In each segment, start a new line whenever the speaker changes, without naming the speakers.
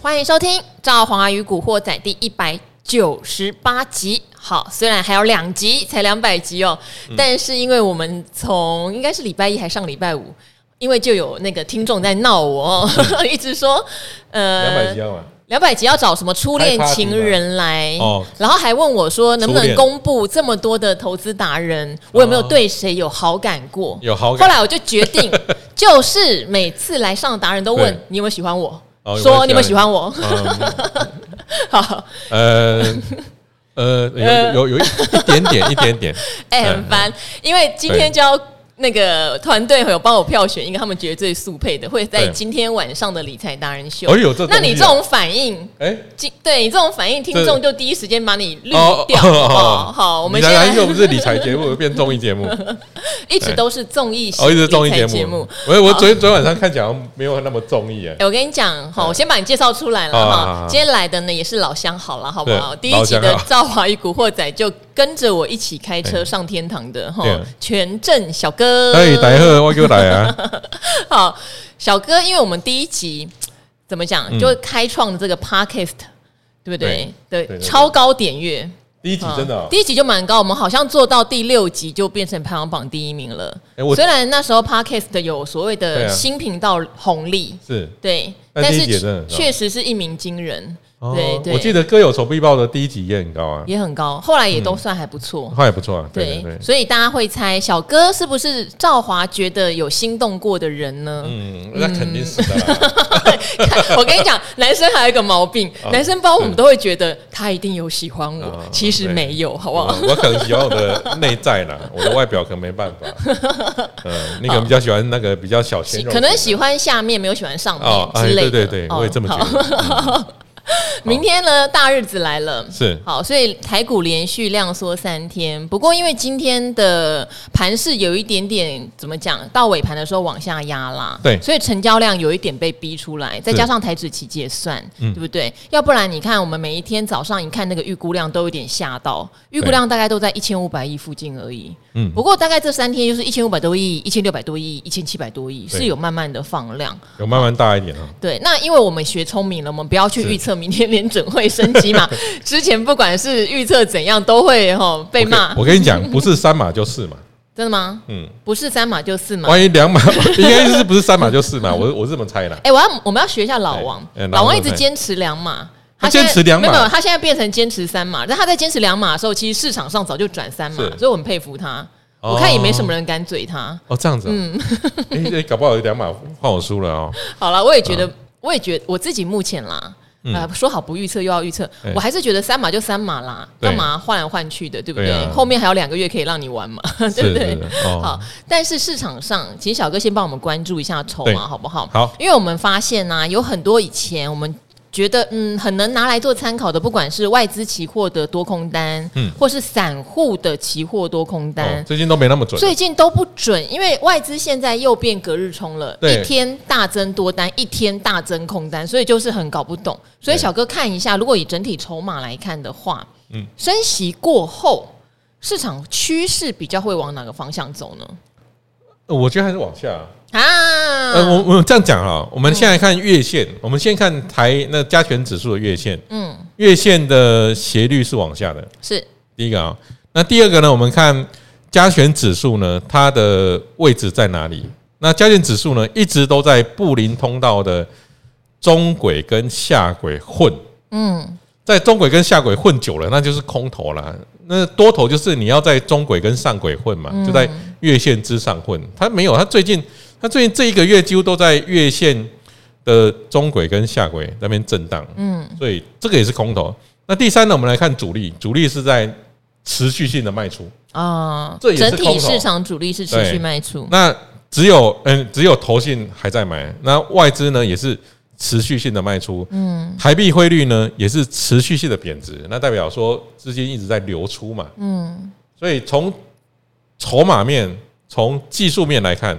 欢迎收听《赵黄阿与古惑仔》第一百九十八集。好，虽然还有两集，才两百集哦，
嗯
但是因为我们从应该是礼拜一还上礼拜五，因为就有那个听众在闹我、哦， 一直说
嗯两百啊
呃
集要吗？
两百集要找什么初恋情人来
开 party 吧哦，
然后还问我说能不
初
能
恋
公布这么多的投资达人，我有没有对谁有好感过？
哦有好
后
感，
来我就决 定，就是每次来上的达人都问
对
你有没有喜欢我，
哦
说你有没有
有没有
喜
喜
欢
欢
我。
嗯
好，
呃呃，有有有有一点点，一点点，
哎、
嗯
很烦，因为今天就要那个团队有帮我票选一个他们觉得最速配的，会在
对
今天晚上的理财达人秀。
哦有这东西啊
那你这种反应。
哎，
今对你这种反应，听
这
众就第一时间把你滤掉，
哦
好不好？好，我们现在
因为不是理财节目，变综艺节目，哦，
一直都是综艺型
一直综艺
理财
节目。我我昨天昨天晚上看起来好像没有那么综艺哎
哎、，我跟你讲哈，我先把你介绍出来了
好好
哈
好。好
今天来的呢也是老乡好了，好不好？
啊对
第一集的《
老乡啊好
赵华与古惑仔》就跟着我一起开车上天堂的哈
对，
全镇小哥。
哎，大家好，我又来 啊，
好，小哥，因为我们第一集怎么讲，
嗯
就开创了这个 podcast，对不对？对，
对对
超高点阅。
第一集真的
啊
哦，
第一集就蛮高，我们好像做到第六集就变成排行榜第一名了。
哎我
虽然那时候 podcast 有所谓
对
的
啊
新频道红利，
是。
对，
但
但
第一
是
集也真的
确
很高
确实是一鸣惊人，
哦
对对，
我记得歌有仇必报的第一集也很高啊，
也很高，后来也都算还不错。
话也不错啊，对
对
对对，
所以大家会猜小哥是不是赵华觉得有心动过的人呢？
嗯，那肯定是的啦，
看 我跟你讲，男生还有一个毛病，
啊
男生包我们都会觉得他一定有喜欢我
啊，
其实
对
没有，好不好？
我我可能喜欢我的内在 啦，我的外表可能没办法。嗯，你可能比较喜欢那个比较小鲜肉，
可能喜欢下面，没有喜欢上
哦
面之类的。
哎对对对我也这么觉得
得。好 明天呢，大日子来了。
是
好，所以台股连续量缩三天。不过因为今天的盘势有一点点怎么讲，到尾盘的时候往下压啦，
对
所以成交量有一点被逼出来，再
是嗯
加上台指期结算，对不对？要不然你看我们每一天早上一看那个预估量都有点吓到，预估
对
量大概都在一千五百亿附近而已。
嗯
不过大概这三天就是一千五百多亿、一千六百多亿、一千七百多亿，
对
是有慢慢的放量。
有慢慢大一点哦。
对，那因为我们学聪明了，我们不要去预测明天联准会升级 嘛。之前不管是预测怎样，都会哈被骂
我跟。我跟你讲，不是三码 就四码，
真的吗？
嗯，
不是三码就四码。
万一两码，应该是不是三码就四码？我我这么猜啦。
哎、我要我们要学一下老王
对哎，
老
老
王
王
一直
对
坚持两码。
他
现在
坚持两
没
码
有，没有他现在变成坚持三码。但他在坚持两码的时候，其实市场上早就转三码，
是
所以我很佩服他。
哦
我看也没什么人敢怼他。
哦，这样子、哦，嗯，哎、哎搞不好有两码换我输了哦。
好了，我也觉得，我也觉得我自己目前啦，呃，说好不预测又要预测，
嗯对
我还是觉得三码就三码啦，
对
干嘛换来换去的，对不对？
对啊
后面还有两个月可以让你玩嘛， 对不
是
对
是？是哦
好，但是市场上，请小哥先帮我们关注一下筹
对
码好不好？
好
因为我们发现呢、有很多以前我们。觉得嗯很能拿来做参考的，不管是外资期货的多空单，
嗯
或是散户的期货多空单，
哦，最近都没那么准。
最近都不准，因为外资现在又变隔日冲了，
对
一天大增多单，一天大增空单，所以就是很搞不懂。所以
对
小哥看一下，如果以整体筹码来看的话，嗯
嗯，
升息过后，市场趋势比较会往哪个方向走呢？
呃我觉得还是往下、
啊，
呃，我我这样讲啊，我们现在看月线，我们先看台那加权指数的月线，
嗯
月线的斜率是往下的。
是
第一个啊、那第二个呢？我们看加权指数呢，它的位置在哪里？那加权指数呢，一直都在布林通道的中轨跟下轨混，
嗯
在中轨跟下轨混久了，那就是空头啦。那多头就是你要在中轨跟上轨混嘛，就在月线之上混。它没有，它最近它最近这一个月几乎都在月线的中轨跟下轨那边震荡。
嗯
所以这个也是空头。那第三呢，我们来看主力，主力是在持续性的卖出，
啊，
这也
整
是
体
空头
市场主力是持续
对
卖出，
那只有嗯只有投信还在买，那外资呢也是持续性的卖出，
嗯
台币汇率呢也是持续性的贬值，那代表说资金一直在流出嘛，
嗯，
所以从筹码面、从技术面来看，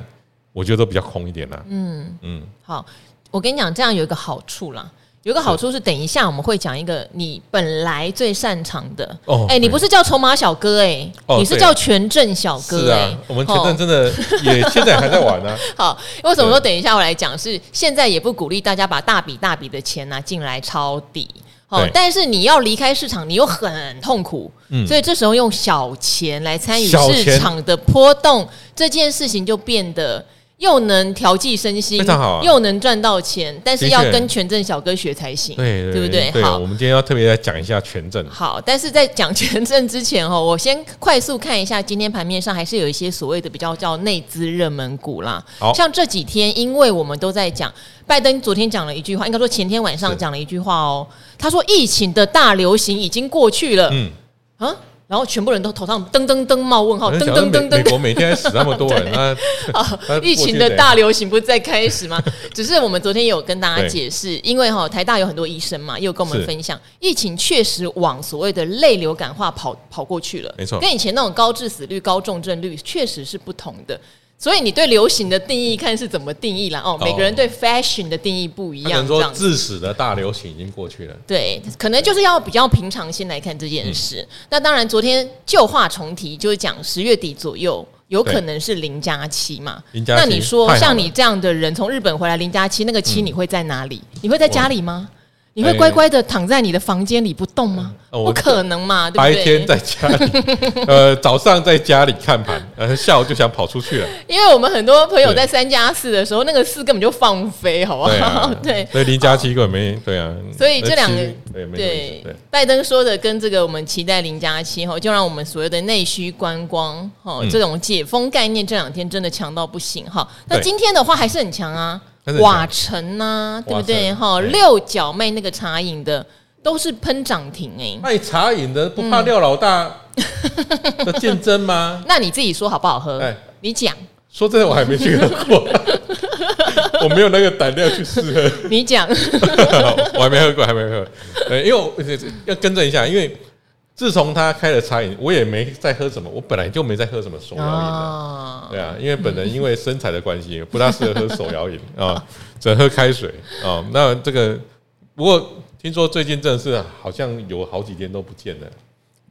我觉得都比较空一点啦、嗯嗯，
好，我跟你讲，这样有一个好处啦。有一个好处是，等一下我们会讲一个你本来最擅长的。
哦
哎、你
对
不是叫筹码小哥哎、
哦
你是
对
叫权证小
是
哥哎、
啊，我们全镇
哦
真的也现在还在玩 啊。
好，为什么
对
说等一下我来讲？是现在也不鼓励大家把大笔大笔的钱拿进来抄底。哦
对，
但是你要离开市场，你又很痛苦，
嗯
所以这时候用小钱来参与
小
市
钱
场的波动，这件事情就变得又能调剂身心，
非常好啊
又能赚到钱，但是
的
要
确
跟权证小哥学才行，
对
对不对？
对，
好
我，们今天要特别来讲一下全镇。
好，但是在讲权证之前哦，我先快速看一下今天盘面上还是有一些所谓的比较叫内资热门股啦
好。
像这几天，因为我们都在讲拜登昨天讲了一句话，应该说前天晚上
是
讲了一句话哦，他说疫情的大流行已经过去了、
嗯，
啊，然后全部人都头上噔噔噔冒问号，
我
噔
在想
噔噔
说美美
噔
国每天还死那么多 人，那
啊
那，
疫情的大流行不是在开始吗？ 只是我们昨天也有跟大家解释，因为哈台大有很多医生嘛，也有跟我们
是
分享，疫情确实往所谓的类流感化跑跑过去了，
没错
跟以前那种高致死率、高重症率确实是不同的。所以你对流行的定义看是怎么定义啦？哦，每个人对 fashion 的定义不一
他可
样，
能
这
说
样子。
致死的大流行已经过去了。
对，可能就是要比较平常心来看这件事。
嗯
那当然，昨天旧话重提，就是讲十月底左右。有可能是零加七嘛？
零加七
那你说
太好
像
了
你这样的人从日本回来零加七，那个七你会在哪里？你会在家里吗？你会
哎
乖乖的躺在你的房间里不动吗？
呃我
不可能嘛，对不
白
对？
天在家里，呃，早上在家里看盘， 呃，下午就想跑出去 了。
因为我们很多朋友
对
在三加四的时候，那个四根本就放飞，好不
对
好
啊？，
对，
所以林佳琪根本没对啊，
所以这两个
那其实对没有影
对
响对，
拜登说的跟这个我们期待零加七吼，就让我们所有的内需观光吼、
嗯
这种解封概念这两天真的强到不行哈。那
对
今天的话还是很强啊
还是，很强
瓦城呐、对不对
瓦城
哈？
对
六角卖那个茶饮的都是喷涨停哎、
卖茶饮的不怕廖老大
嗯
的竞争吗？
那你自己说好不好喝？
哎
你讲，
说真的，我还没去喝 过，我没有那个胆量去试喝。
你讲，
我还没喝过，还没喝。呃，因为我要更正一下，因为自从他开了茶饮，我也没在喝什么，我本来就没在喝什么手摇饮的。
啊，
对啊，因为本人因为身材的关系， 不大适合喝手摇饮啊，只能喝开水啊。那这个不过听说最近真的是好像有好几天都不见了。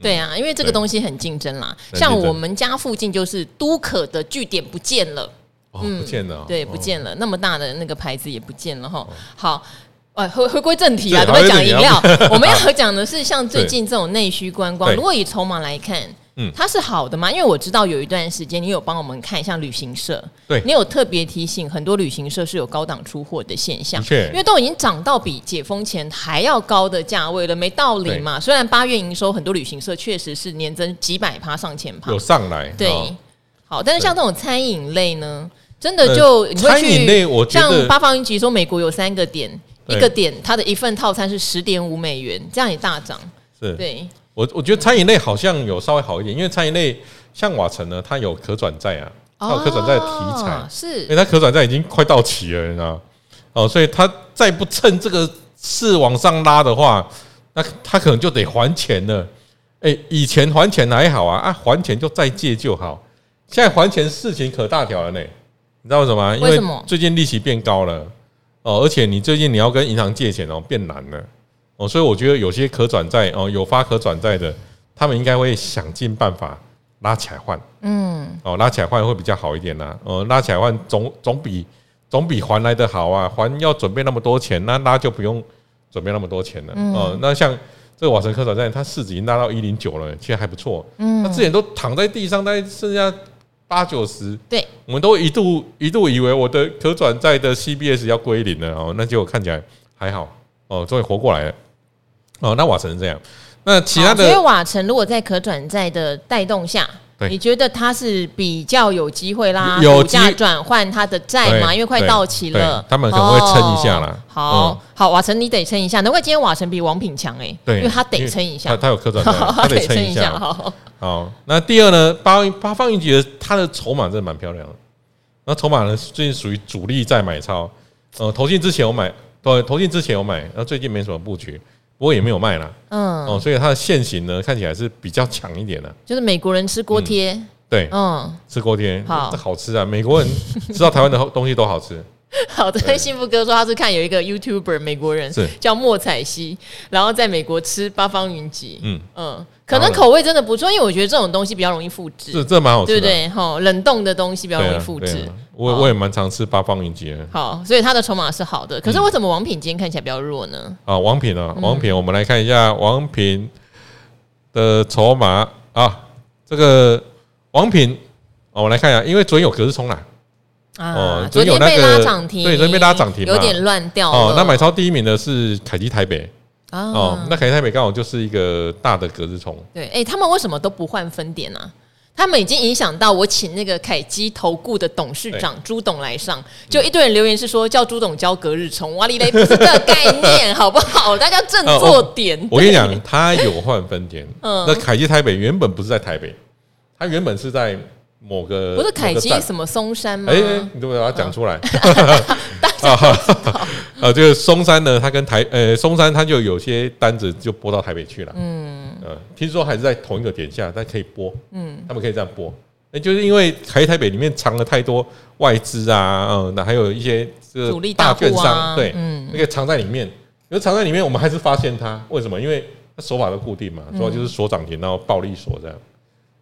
对啊，因为这个
对
东西很竞争啦。
很
像
竞争
我们家附近就是都可的据点不见了。
哦，不见了哦、
嗯对，不
哦
见了，那么大的那个牌子也不见了哈。好，呃，回回归正题啊，
是
都在讲
回归
饮
正题
料
啊。
我们要讲的是，像最
对
近这种内需观光，
对
如果以筹码来看，
嗯
它是好的吗？因为我知道有一段时间你有帮我们看，像旅行社，
对
你有特别提醒很多旅行社是有高档出货的现象
的，确
因为都已经涨到比解封前还要高的价位了，没道理
对
嘛。虽然八月营收很多旅行社确实是年增几百趴、上千趴
有，上来。
对，
哦
好，但是像这种餐饮类呢，真的
呃
就你会
餐饮类
去
我觉得
像八方云集说，美国有三个点，一
对
个点它的一份套餐是十点五美元，这样也大涨。
是
对，
我我觉得餐饮类好像有稍微好一点，因为餐饮类像瓦城呢，它有可转债啊，它有可转债的题材
哦，
因
是
为它可转债已经快到期了，你知道吗哦，所以它再不趁这个势往上拉的话，那它可能就得还钱了。哎、以前还钱还好啊，啊还钱就再借就好，现在还钱事情可大条了呢，你知道为什么吗？因
为什么
最近利息变高了哦，而且你最近你要跟银行借钱哦变难了哦，所以我觉得有些可转债哦有发可转债的，他们应该会想尽办法拉起来换。
嗯
哦，拉起来换会比较好一点啦、哦，拉起来换总总比总比还来的好啊，还要准备那么多钱，那拉就不用准备那么多钱了。
嗯
哦，那像这个瓦城科转站，它市值已经拉到一零九了，其实还不错。嗯，它之前都躺在地上，大概剩下八九十，
对，
我们都一度一度以为我的可转债的 CBS 要归零了哦，那结果看起来还好哦，终于活过来了。哦，那瓦城是这样，那其他
好所以
的
瓦城如果在可转债的带动下。
对
你觉得它是比较有机会啦，
有
股价
机
转换它的债嘛？
对
因为快
对
到期了
对，他们可能会撑一下啦嗯
哦好好，瓦城你得撑一下，难怪今天瓦城比王品强哎，
对，
因为他得撑一下
他，他有可 转债，
好
他得撑
撑
一下。
好
好，那第二呢，八八方云集的它的筹码真的蛮漂亮的。那筹码呢，最近属于主力在买超，呃，投信之前我买，对，投信之前我买，那最近没什么布局，不过也没有卖啦。
嗯，
哦，所以它的现形呢，看起来是比较强一点的。
就是美国人吃锅贴，
对，
嗯，
吃锅贴，
好
这好吃啊！美国人知道台湾的东西都好吃，
好的，幸福哥说他是看有一个 YouTuber 美国人
是
叫莫彩希，然后在美国吃八方云集，嗯
嗯
可能
然后呢
口味真的不错，因为我觉得这种东西比较容易复制，
这这蛮好吃
对
的，
不对？哈，冷冻的东西比较
对啊，
容易复
啊对
制
啊。我我也蛮常吃八方云集的
好，所以他的筹码是好的，可
嗯
是为什么王品今天看起来比较弱呢？
啊。王品啊，
嗯
王品，我们来看一下王品的筹码啊。这个王品，哦我们来看一下，因为准有格是冲啦。
啊
哦，
昨天被
昨天有那
拉
个
涨停，
对昨天被拉涨停嘛
有点乱掉了。
哦，那买超第一名的是凯基台北哦
啊，，
那凯基台北刚好就是一个大的格子冲。
对，哎，他们为什么都不换分点啊？他们已经影响到我请那个凯基投顾的董事长朱董来
嗯
上，就一堆人留言是说叫朱董教隔日冲，哇哩嘞，不是这个概念，好不好？大家振作点。
呃我跟你讲，它有换分点。
嗯
那凯基台北原本不是在台北，它原本是在某个
不是凯基
某个站
什么松山吗？
哎、哎你怎么把它讲出来？ 啊，呃，这个松山呢，它跟台呃松山它就有些单子就拨到台北去了。嗯，呃，听说还是在同一个点下，但可以拨。嗯，他们可以这样拨。那、就是因为台台北里面藏了太多外资啊，嗯、那还有一些这个
主力大
大
户啊
券商，对，
嗯
那个藏在里面。可是藏在里面，我们还是发现它，为什么？因为它手法都固定嘛，
嗯
主要就是锁涨停，然后暴力锁这样。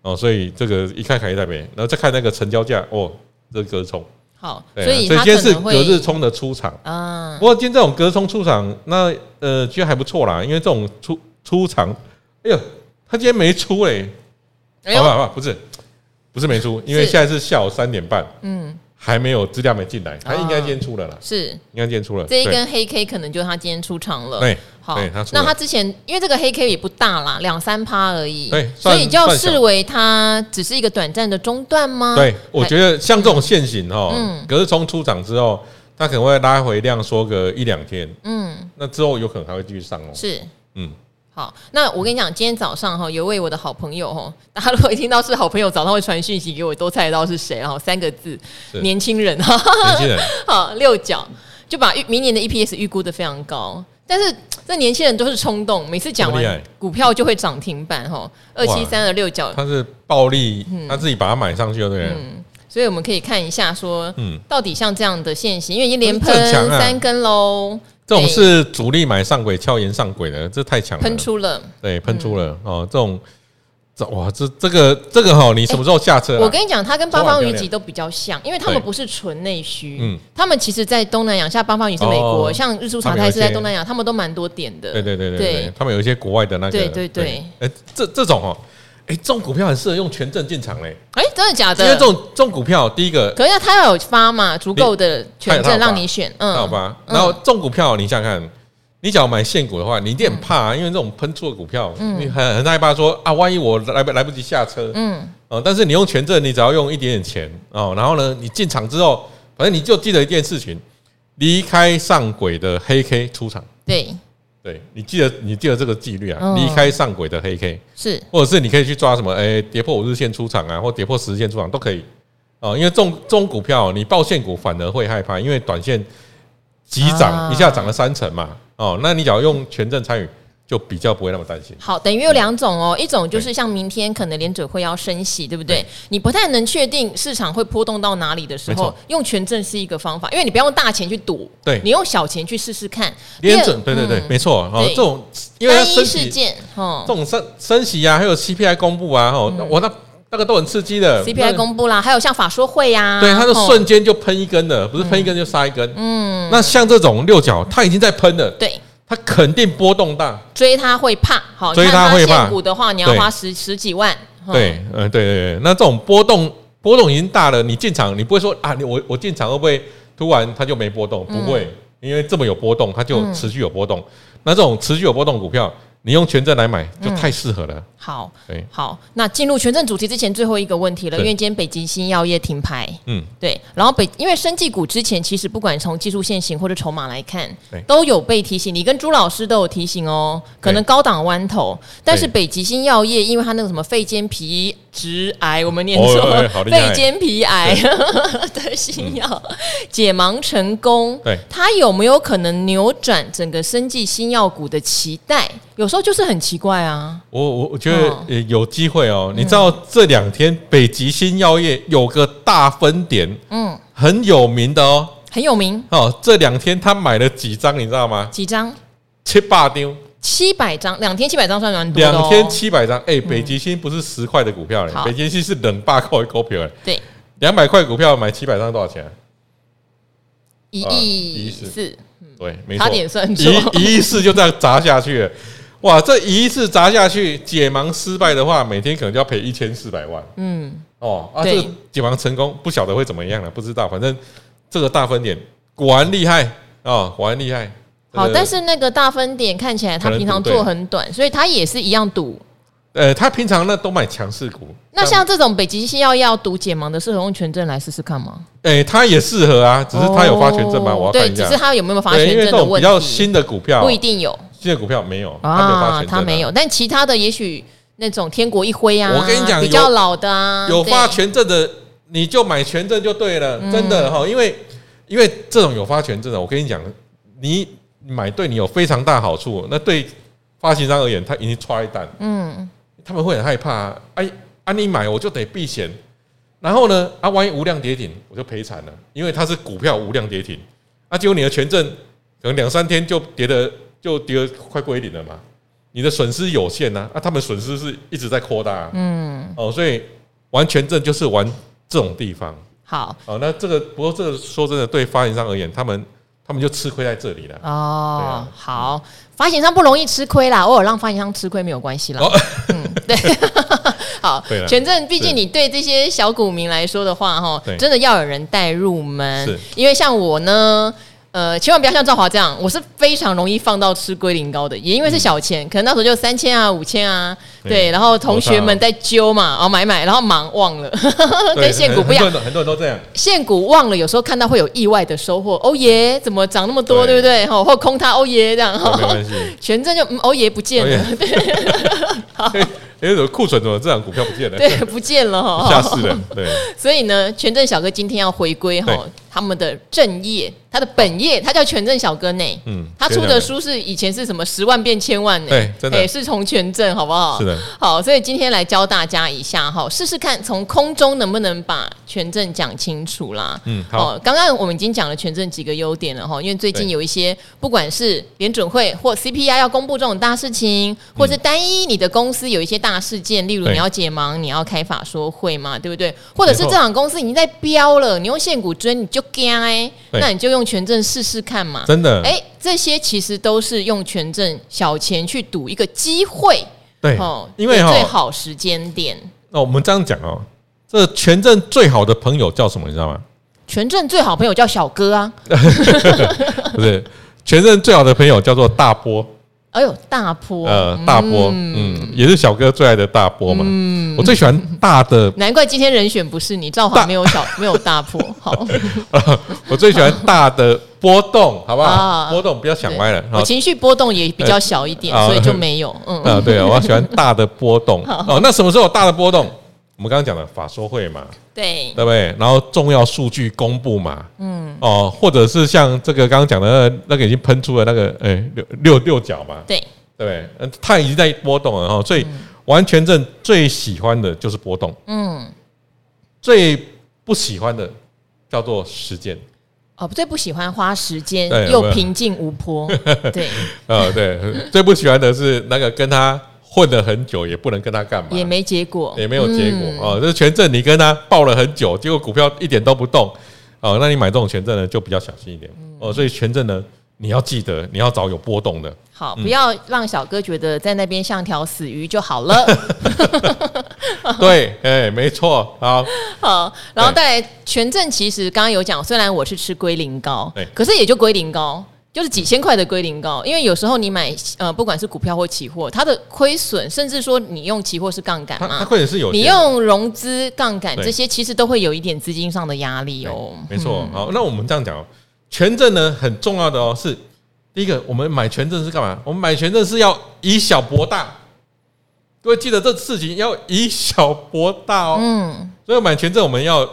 哦，所以这个一看凯基台北，然后再看那个成交价，哦，这隔冲，
好，
对啊
所以
所以
他
今天
可
是
能
隔日
会
冲的出场。
啊，
不过今天这种隔日冲出场，那呃，其实还不错啦，因为这种出出场，哎呦，他今天没出哎、
哎
好
呦，
吧，不不是，不是没出，因为
是
现在是下午三点半，
嗯，
还没有资料没进来，他应该
啊
今天出了啦，
是
应该今天出了。
这一
对
根哦黑 K 可能就是他今天出场了。
对
好
对他，出
那
了
他之前因为这个黑 K 也不大啦，两三趴而已，
对
所
算
以就要
算小
视为它只是一个短暂的中断吗？
对，我
还
觉得像这种现行哦哈
嗯，
隔日冲出场之后，它可能会拉回量缩个一两天，
嗯
那之后有可能还会继续上哦。
是。
嗯，
好，那我跟你讲，今天早上哈，有位我的好朋友哈，大家如果一听到是好朋友，早上会传讯息给我，都猜得到是谁，然后三个字，
是
年轻人哈，
年轻人，
好六角就把预明年的 EPS 预估的非常高，但是这年轻人都是冲动，每次讲
这么厉
完
害
股票就会涨停板哈，二七三二六角，
他是暴力，
嗯
他自己把它买上去，对不对？
所以我们可以看一下说，
嗯
到底像这样的现行，因为已经连
这很
喷
强啊
三根喽，
这种
对
是主力买上轨、敲盐上轨的，这太强了。
喷出嗯了。
对，喷出了、哦，这种这哇，这这个这个哈、你什么时候下车、啊
我跟你讲，它跟八方云
昨晚
集
漂亮
都比较像，因为他们
对
不是纯内需，
嗯
他们其实，在东南亚，像八方云是美国，
哦
像日出茶
他们有
太
一
是在
些
东南亚，他们都蛮多点的。
对对对对
对
对，对他们有一些国外的那个，
对对对
哎、这这种哦，哎、这种股票很适合用权证进场嘞，
哎、真的假
因
的？
为这种这种股票，第一个
可是他要有发嘛，足够的权
他
证
有发
让你选，嗯，
好吧，然后这种股票你想想看。你想买现股的话，你一定很
嗯
怕、啊，因为这种喷出的股票，你很很害怕说啊，万一我来不来不及下车，
嗯，
哦，但是你用权证，你只要用一点点钱哦，然后呢，你进场之后，反正你就记得一件事情：离开上轨的黑 K 出场。
对，
对你记得，你记得这个纪律啊
嗯，
离开上轨的黑 K，
是
或者是你可以去抓什么，诶，跌破五日线出场啊，或跌破十日线出场都可以哦。因为这种这种股票，你报现股反而会害怕，因为短线急
啊
涨一下涨了三成嘛，哦，那你只要用权证参与，就比较不会那么担心。
好，等于有两种哦，一种就是像明天可能联准会要升息，对不对
对？
你不太能确定市场会波动到哪里的时
没
候
错，
用权证是一个方法，因为你不要用大钱去赌，
对
你用小钱去试试看。
连准，
第
对
二
对对，
嗯
没错，哦，
对
这种因为它
单一
升
事
息。
件，哦嗯
这种升升息啊，还有 CPI 公布啊，吼，那我那那个都很刺激的。
，CPI 公布啦，还有像法说会呀、
对，它就
吼
瞬间就喷一根了，不是喷一根就杀一根。嗯，那像这种六角，它已经在喷了，
对
它肯定波动大。
追它会怕，好
追
你看
它会怕
现股的话，你要
对
花十十几万，吼
对，嗯，对对对，那这种波动波动已经大了，你进场你不会说啊，你我我进场会不会突然它就没波动？不会，
嗯
因为这么有波动，它就持续有波动。那这种持续有波动股票，你用权证来买
嗯
就太适合了。
好。
对，
好，那进入权证主题之前，最后一个问题了，因
对
为今天北极星药业停牌，
嗯，
对，然后北因为生技股之前其实不管从技术线型或者筹码来看
对，
都有被提醒，你跟朱老师都有提醒哦，可能
对
高档弯头，但是
对
北极星药业因为它那个什么肺间皮直癌，我们念
哦
错，
哎哎好厉害嗯
肺间皮癌 的新药、解盲成功，
对
它有没有可能扭转整个生技新药股的期待？有时候就是很奇怪啊，
我我我觉得
哦
呃有机会
嗯
哦，你知道这两天北极星药业有个大分点，
嗯
很有名的哦，
很有名，
哦，这两天他买了几张，你知道吗？
几张？
七八
哦
丢，
七百张，两天七百张算蛮多的、哦。
两天七百张。哎、北极星不是十块的股票嘞、
好
北极星是冷霸扣一股票嘞，
对，
两百块股票买七百张多少钱啊、
一
啊一
亿
亿四
四，
对，没
嗯
错，
差点算错。
一一亿次就这样砸下去了。哇，这一亿次砸下去，解盲失败的话，每天可能就要赔一千四百万
嗯，
哦。啊，这
对
个解盲成功不晓得会怎么样了，不知道，反正这个大分点果然厉害哦，果然厉害。
好，
这个
但是那个大分点看起来他
呃可能
平常
赌对
做很短，所以他也是一样赌。
呃，他平常呢都买强势股，
那
但
像这种北极星要要赌解盲的，适合用权证来试试看吗？
哎，他也适合啊，只是他有发权证吗？
哦
我要看
对，
一
只
下
是。他有没有发
对，
权
因为这
证的
种比
问
较
题，
新的股票
不，一定有啊
新的股票没有，他没有发权证，啊
他没。有。但其他的也许那种天国一辉啊，
我跟你讲
比
有
较老的啊，
有
对
发权证的，你就买权证就对了，
嗯
真的哈，因为因为这种有发权证的，我跟你讲，你买对你有非常大好处，那对发行商而言，他已经踹一单，
嗯，
他们会很害怕、啊，哎，啊你买我就得避险，然后呢，啊万一无量跌停，我就赔惨了，因为它是股票无量跌停，啊结果你的权证可能两三天就跌的就跌得快归零了嘛，你的损失有限呐、啊，他们损失是一直在扩大、嗯，哦，所以玩权证就是玩这种地方，
好
哦，那这个不过这个说真的，对发行商而言，他们他们就吃亏在这里了。对
哦
啊，
好，发行商不容易吃亏啦，偶尔让发行商吃亏没有关系啦。
哦
嗯，对， 好
对，啦
权证，毕
是
竟你对这些小股民来说的话，哈
对，
真的要有人带入门
是，
因为像我呢。呃，千万不要像赵华这样，我是非常容易放到吃龟苓膏的，也因为是小钱，可能那时候就三千啊、五千啊，对，
嗯
然后同学
多
们
少
在揪嘛，然后买买，然后忙忘了， 呃跟现股不一样
很，多人都很多人都这样。
现股忘了，有时候看到会有意外的收获。哦耶，怎么涨那么多，对不
对
对？吼，或空它，哦耶这样。吼
哦没关系
权证就嗯，哦耶不见了，
哎，哎，怎么库存怎么这样股票不见了？
哦对，哦不见了
吓
哈。
死人，对，
所以呢，权证小哥今天要回归哈
对
他们的正业，他的本业，他叫权证小哥呢。
嗯
他出的
权证
书是以前是什么十万变千万呢？
对真的
哎是从权证好不好？
是的。
好，所以今天来教大家一下哈，试试看从空中能不能把权证讲清楚啦。
嗯，好，
哦，刚刚我们已经讲了权证几个优点了哈，因为最近
对
有一些不管是联准会或 CPI 要公布这种大事情，或是单一你的公司有一些大事件，例如
嗯对
你要解盲、你要开法说会嘛，对不对？或者是
没
这
错
场公司已经在飙了，你用现股追你就惊哎，
对
那你就用权证试试看嘛。
真的，
哎，这些其实都是用权证小钱去赌一个机会
对
哦，，
因为
最
哈，
好时间点，
那我们这样讲哦，这权证最好的朋友叫什么？你知 道吗？
权证最好朋友叫小哥啊，
不是，权证最好的朋友叫做大波，
哎呦大坡，
呃，大波，嗯，也是小哥最爱的大波嘛。
嗯
我最喜欢大的，
难怪今天人选不是你，赵华
大
没有小 没有大破，好
我最喜欢大的波动，好不
啊
好？波动不要想歪了
我
啊
情绪波动也比较小一点，
呃
所以就没有。嗯，
啊！对啊，我喜欢大的波动。哦，那什么时候有大的波动？我们刚刚讲的法说会嘛，
对，
对不对？然后重要数据公布嘛，嗯，哦，或者是像这个刚刚讲的那个那个已经喷出了那个，哎，六六六角嘛，
对，
对不对？嗯，它已经在波动了哈，所以完全正最喜欢的就是波动，
嗯，
最不喜欢的叫做时间，
哦，最不喜欢花时间
对有没
又
有
平静无 波，对，
呃，对， 最不喜欢的是那个跟他混了很久也不能跟他干嘛，
也没结果，
也没有结果
嗯
哦。这权证你跟他抱了很久，结果股票一点都不动哦，那你买这种权证呢就比较小心一点
嗯
哦。所以权证呢，你要记得你要找有波动的，
好，不要让小哥觉得在那边像条死鱼就好 了。
对，哎，没错，好，
好，然后
对
再来权证，其实刚刚有讲，虽然我是吃龟苓膏
对，
可是也就龟苓膏，就是几千块的龟苓膏。因为有时候你买呃，不管是股票或期货，它的亏损，甚至说你用期货是杠杆
它它
嘛，
亏损是有限
你
的，
用融资杠杆
对
这些，其实都会有一点资金上的压力哦。
没错。好，那我们这样讲哦，权证呢很重要的哦，是第一个，我们买权证是干嘛？我们买权证是要以小博大，各位记得这事情要以小博大哦。
嗯，
所以买权证我们要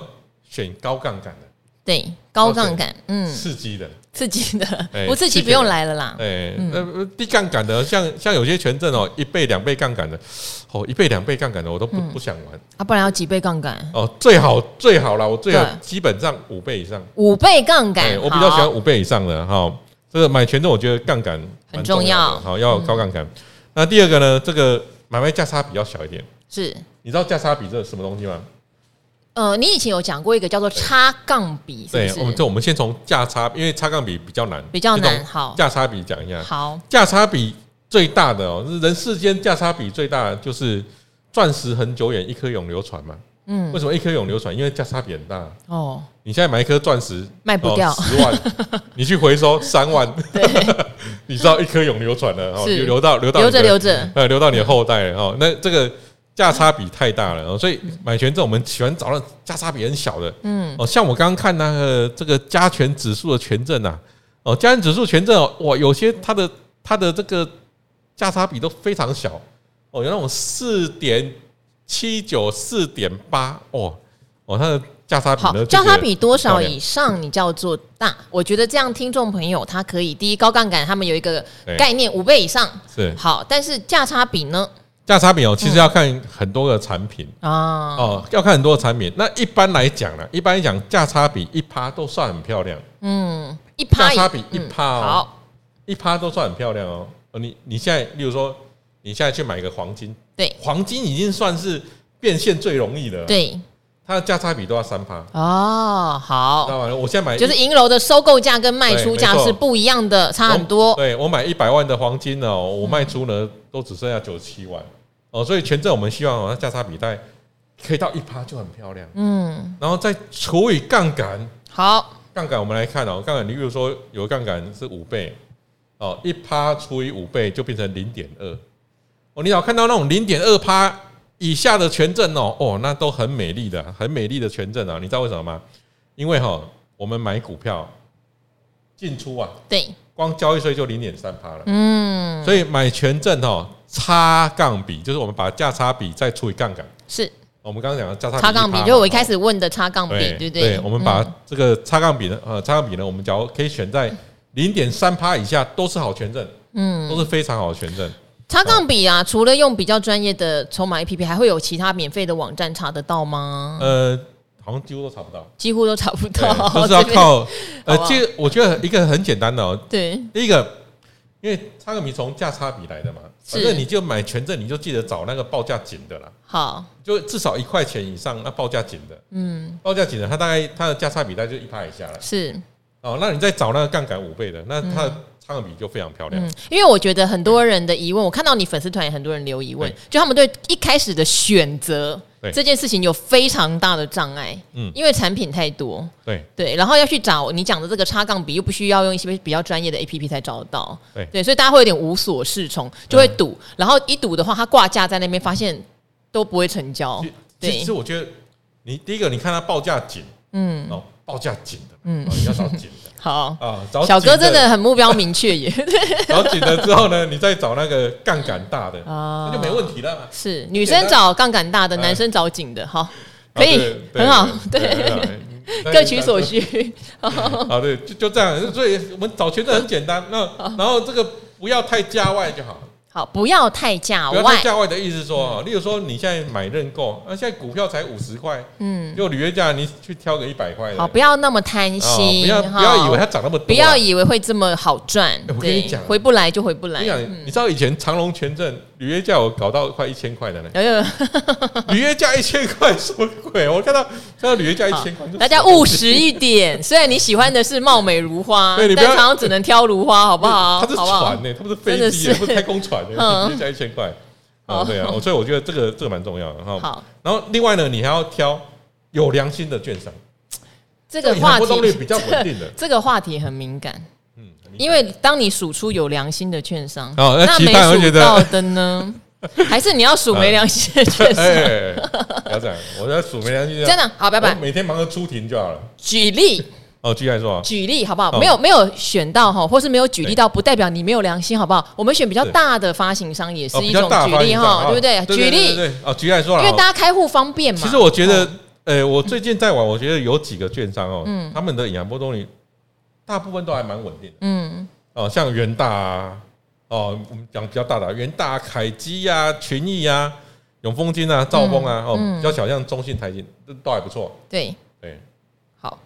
选高杠杆的，
对，高杠杆，嗯，
刺激的，
刺激的
哎，
不刺激
刺激
不用来了啦。
哎，那呃低杠杆的，像像有些权证哦，一倍两倍杠杆的，哦，一倍两倍杠杆的，我都不不想玩
啊，不然要几倍杠杆？
哦，最好最好啦，我最好
对
基本上五倍以上，
五倍杠
哎，
杆，
我比较喜欢
好
五倍以上的哈。这个买权证，我觉得杠杆蛮重要的，
很重要
好要有高杠杆。那第二个呢，这个买卖价差比较小一点，
是。
你知道价差比这是什么东西吗？
呃，你以前有讲过一个叫做差杠比，是
对，我
不
们
是？
这我们先从价差，因为差杠比比较难，
比较
先从
难好
价差比讲一下，
好，
价差比最大的哦，是人世间价差比最大的就是钻石恒久远，一颗永流传嘛。
嗯，
为什么一颗永流传？因为价差比很大。
哦，
你现在买一颗钻石哦
卖不掉
十、10万， 你去回收三万， 你知道一颗永流传了哦，
是
留留到留到
留着
你的
留着，
呃留到你的后代了哦。那这个价差比太大了哦，所以买权证我们喜欢找那种价差比很小的。
嗯，
哦，像我刚刚看那个这个加权指数的权证啊，哦，加权指数权证哦，哇，有些它的它的这个价差比都非常小，哦，有那种四点七九、四点八，哦，哦，它的价差比
好
呢，就
叫
觉
它
得
比多少
漂亮
以上，你叫做大。我觉得这样听众朋友他可以，第一高杠杆他们有一个
对
概念，五倍以上
是
好，但是价差比呢？
价差比哦，其实要看很多个产品、
啊，
哦，要看很多的产品。那一般来讲呢，一般来讲价差比一趴都算很漂亮，
嗯，一
价
趴以
差比一趴哦。
好，
一趴都算很漂亮哦。呃你你现在，例如说，你现在去买个黄金，
对
黄金已经算是变现最容易的，，
对
它的价差比都要三趴，
哦，
知
好，
道吗？我现在买
就是银楼的收购价跟卖出价
对没错
是不一样的，差很
我
多。
对我买一百万的黄金呢、哦，我卖出呢都只剩下九十七万哦，所以权证我们希望哦，它价差比带可以到一趴就很漂亮，
嗯，
然后再除以杠杆，
好，
杠杆我们来看哦，杠杆，你比如说有个杠杆是五倍，哦，一趴除以五倍就变成零点二。哦，你老看到那种零点二趴以下的权证哦，哦，那都很美丽的，很美丽的权证啊。你知道为什么吗？因为哈、我们买股票进出啊，
对，
光交易税就零点三趴了，
嗯，
所以买权证哦，差杠比就是我们把价差比再除以杠杆。哦
是
我们刚刚讲的价差比
差杠比，
1%
就是我一
嘛
开始问的差杠比，对
对
不对？
我们把
嗯
这个差杠比呢，呃，差杠比呢，我们假如可以选在零点三趴以下，都是好权证，
嗯
都是非常好的权证。
差杠比啊，除了用比较专业的筹码 APP，还会有其他免费的网站查得到吗？
呃，好像几乎都查不 到，
几乎都查不
对
到，
都是要
嗯这边
靠呃
好不，好啊
这个我觉得一个很简单的哦，
对
第一个。因为差杠比从价差比来的嘛，
是
反正你就买权证，你就记得找那个报价紧的啦，
好，
就至少一块钱以上，那报价紧的，
嗯，
报价紧的，它大概它的价差比大概就一趴以下了。
是，
哦，那你再找那个杠杆五倍的，那它的差杠比就非常漂亮。
嗯，因为我觉得很多人的疑问，我看到你粉丝团也很多人留疑问
对，
就他们对一开始的选择
对
这件事情有非常大的障碍，
嗯
因为产品太多，
对，
对，然后要去找你讲的这个差杠比，又不需要用一些比较专业的 A P P 才找得到。
对嗯
所以大家会有点无所适从，就会赌。然后一赌的话，它挂价在那边，发现都不会成交
其。其
哦对
实，我觉得你第一个，你看它报价紧，
嗯，
哦，报价紧的，
嗯
嗯，你要找紧 的
好，
啊，找
小哥
紧
真的很目标明确 耶
找紧的之后呢，你再找那个杠杆大的，
啊
那就没问题了嘛。
是女生找杠杆大的，
哎
男生找紧的，好，可以
啊对，对
很好，
对
对，
很好 那
各取所需。
啊，对，就就这样。所以我们找权证很简单，那
啊
然后这个不要太价外就好。
好，不要太价
不要太
啊外，嗯
价外的意思是说，哦例如说你现在买认购，那现在股票才五十块，
嗯，
就履约价你去挑个一百块的，
好，不要那么贪
哦
心，
不要不要以为
哈
它涨那么多啊，
不要以为会这么好赚
哎，我跟
对
你讲
回不来就回不来，
你。想，你知道以前长隆权证履约价我搞到快一千块的呢
有有。
履约价一千块什么鬼？我看到看到履约价一
好
千块，
大家务实一点。虽然你喜欢的是貌美如花，
对你不
但
要
常常只能挑如花，好不好？
它是
好不好
船？呢，它不是飞
真的
机
是
欸，不是太空船呢，
嗯
履约价一千块。啊，
好
对啊，所以我觉得这个这个蛮重要的哈。
好，
然后另外呢，你还要挑有良心的券商，
这个
你
话题。
的波动率比较稳定的
这个话题很敏感，
嗯，
因为当你数出有良心的券商，
哦那
那
期
没
待会觉
数
得
到的 呢？还是你要数没良心的券商？
哎，不要这样，我在 数没良心，
真的好，拜
我
拜。
每天忙着出庭就好了。
举例
哦，继续来说啊，
举例好不好？
哦
没有没有选到哈，或是没有举例
对
到，不代表你没有良心，好不好？我们选比较
对
大的发行商也是
哦
一
比
种
较大的
举
发
例
行商
哈，
啊
对不对？举例，
对，哦，举例来说
因
了，
为
哦
大家开户方便嘛。
其实我觉得
哦，
呃，我最近在玩，我觉得有几个券商哦，他们的仰波动率大部分都还蛮稳定的
嗯
哦，像元大啊，哦，我们讲比较大的啊元大、凯基呀、群益呀、永丰金啊、兆丰
嗯
啊，哦，比较小像中信、台金都都还不错，
对，
对
好